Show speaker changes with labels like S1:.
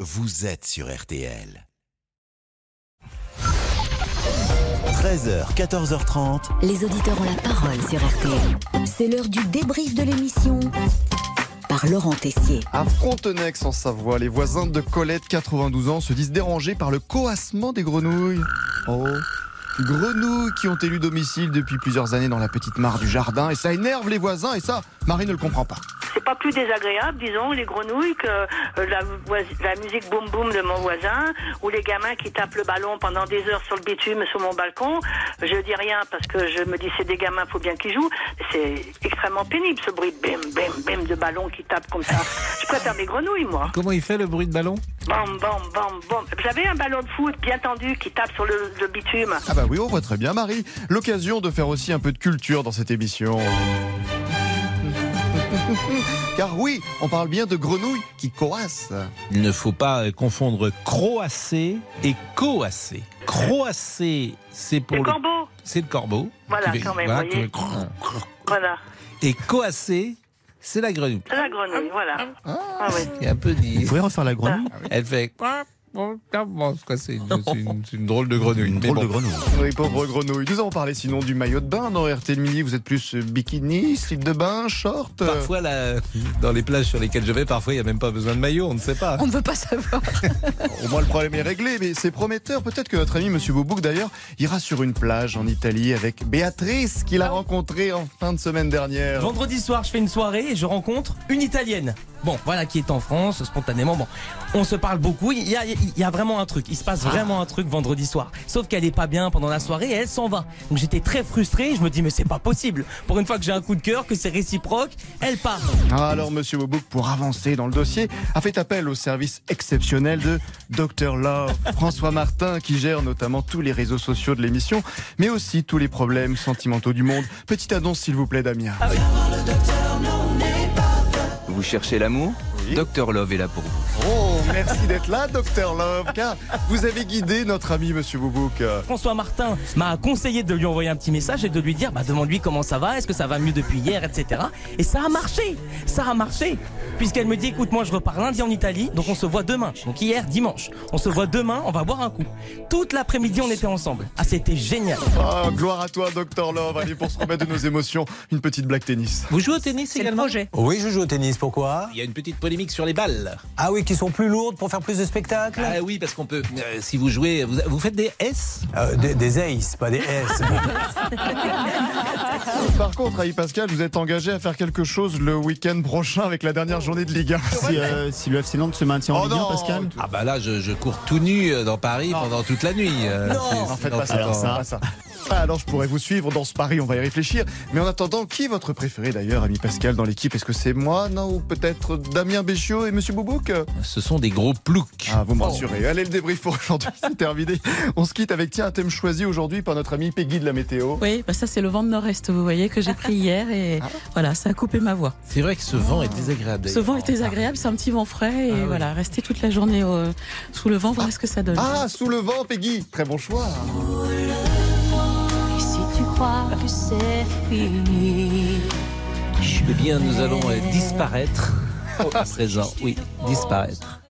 S1: vous êtes sur RTL. 13h, 14h30.
S2: Les auditeurs ont la parole sur RTL. C'est l'heure du débrief de l'émission par Laurent Tessier.
S3: À Frontenex en Savoie, les voisins de Colette, 92 ans, se disent dérangés par le coassement des grenouilles. Oh. Grenouilles qui ont élu domicile depuis plusieurs années dans la petite mare du jardin et ça énerve les voisins et ça, Marie ne le comprend pas.
S4: C'est pas plus désagréable, disons, les grenouilles que euh, la, vois- la musique boum boum de mon voisin ou les gamins qui tapent le ballon pendant des heures sur le bitume sur mon balcon. Je dis rien parce que je me dis c'est des gamins, faut bien qu'ils jouent. C'est extrêmement pénible ce bruit de bim bim bim de ballon qui tape comme ça. Je préfère mes grenouilles moi.
S5: Comment il fait le bruit de ballon
S4: Bam bam bam bam. J'avais un ballon de foot bien tendu qui tape sur le, le bitume.
S3: Ah bah oui, on voit très bien Marie. L'occasion de faire aussi un peu de culture dans cette émission. Car oui, on parle bien de grenouilles qui coassent.
S5: Il ne faut pas euh, confondre croasser et coasser. Croasser, c'est pour
S4: Les
S5: le,
S4: corbeaux,
S5: c'est le corbeau.
S4: Voilà,
S5: Qui fait-
S4: quand même,
S5: voilà,
S4: voyez.
S5: qui fait crrr, crrr.
S4: voilà.
S5: Et coasser, c'est la grenouille.
S4: C'est la grenouille, voilà. Ah ouais.
S5: Il y a un peu dit.
S6: pouvez refaire la grenouille
S5: Elle fait. crrr, crrr, crrr. C'est quoi, C'est une, c'est une- c'est une drôle de grenouille.
S6: Une
S5: Mais
S6: drôle
S5: bon.
S6: de grenouille.
S3: Oui, pauvre grenouille. Nous avons parlé sinon du maillot de bain dans RTL Mini. Vous êtes plus euh, bikini, slip de bain, short. euh,
S5: Parfois, là, dans les plages sur lesquelles je vais, parfois, il n'y a même pas besoin de maillot, on ne sait pas.
S7: On ne veut pas savoir.
S3: Au moins le problème est réglé, mais c'est prometteur. Peut-être que notre ami Monsieur Boubouk d'ailleurs ira sur une plage en Italie avec Béatrice qu'il a rencontrée en fin de semaine dernière.
S8: Vendredi soir, je fais une soirée et je rencontre une Italienne. Bon, voilà qui est en France, spontanément. Bon, on se parle beaucoup. Il y a, il y a vraiment un truc. Il se passe vraiment un truc vendredi soir. Sauf qu'elle est pas bien pendant la soirée et elle s'en va. Donc j'étais très frustré. Je me dis mais c'est pas possible. Pour une fois que j'ai un coup de cœur, que c'est réciproque, elle part.
S3: Ah, Alors Monsieur Boubouk, pour avancer dans le dossier, a fait appel au service exceptionnel de Dr Love, François Martin, qui gère notamment tous les réseaux sociaux de l'émission, mais aussi tous les problèmes sentimentaux du monde. Petite annonce s'il vous plaît Damien.
S9: Vous cherchez l'amour
S3: Oui.
S9: Dr Love est là pour vous.
S3: Oh, merci d'être là Dr Love, car vous avez guidé notre ami Monsieur Boubouk. euh,
S8: François Martin m'a conseillé de lui envoyer un petit message et de lui dire bah demande-lui comment ça va, est-ce que ça va mieux depuis hier, etc. Et ça a marché, ça a marché, puisqu'elle me dit écoute moi je repars lundi en Italie, donc on se voit demain, donc hier dimanche, on se voit demain, on va boire un coup. Toute l'après-midi on était ensemble, ah c'était génial.
S3: Ah, gloire à toi, Docteur Love. Allez, pour se remettre de nos émotions, une petite blague tennis.
S5: Vous jouez au tennis
S7: C'est le
S5: également
S7: projet.
S10: Oui, je joue au tennis, pourquoi
S5: Il y a une petite polémique sur les balles.
S10: Ah oui, qui sont plus lourdes pour faire plus de spectacles
S5: Ah oui, parce qu'on peut. euh, si vous jouez, vous, vous faites des S
S10: Euh, des, des aces, pas des S.
S3: Par contre, Aïe Pascal, vous êtes engagé à faire quelque chose le week-end prochain avec la dernière journée de Ligue 1.
S6: Si, euh, si le FC Nantes se maintient en
S3: Oh
S6: Ligue 1,
S3: non
S6: Pascal
S5: Ah bah là, je, je cours tout nu euh, dans Paris pendant toute la nuit. euh, c'est-
S3: En fait,
S5: non,
S3: pas ça,
S5: pendant-
S3: alors ça, pas ça. Ah, alors, je pourrais vous suivre dans ce pari, on va y réfléchir. Mais en attendant, qui est votre préféré d'ailleurs, ami Pascal, dans l'équipe Est-ce que c'est moi, non Ou peut-être Damien Béchiot et Monsieur Boubouk
S5: Ce sont des gros ploucs.
S3: Ah, vous me rassurez. Allez, le débrief pour aujourd'hui, c'est terminé. On se quitte avec, tiens, un thème choisi aujourd'hui par notre ami Peggy de la météo.
S7: Oui, bah ça c'est le vent de nord-est, vous voyez, que j'ai pris hier et
S5: Ah.
S7: voilà, ça a coupé ma voix.
S5: C'est vrai que ce vent est désagréable.
S7: Ce vent est désagréable, c'est un petit vent frais et
S5: Ah oui.
S7: voilà, rester toute la journée euh, sous le vent, voir ce que ça donne.
S3: Ah, sous le vent, Peggy Très bon choix. hein.
S2: Et si tu crois que c'est fini,
S5: Eh bien, nous allons euh, disparaître. Oh, à présent, oui, disparaître.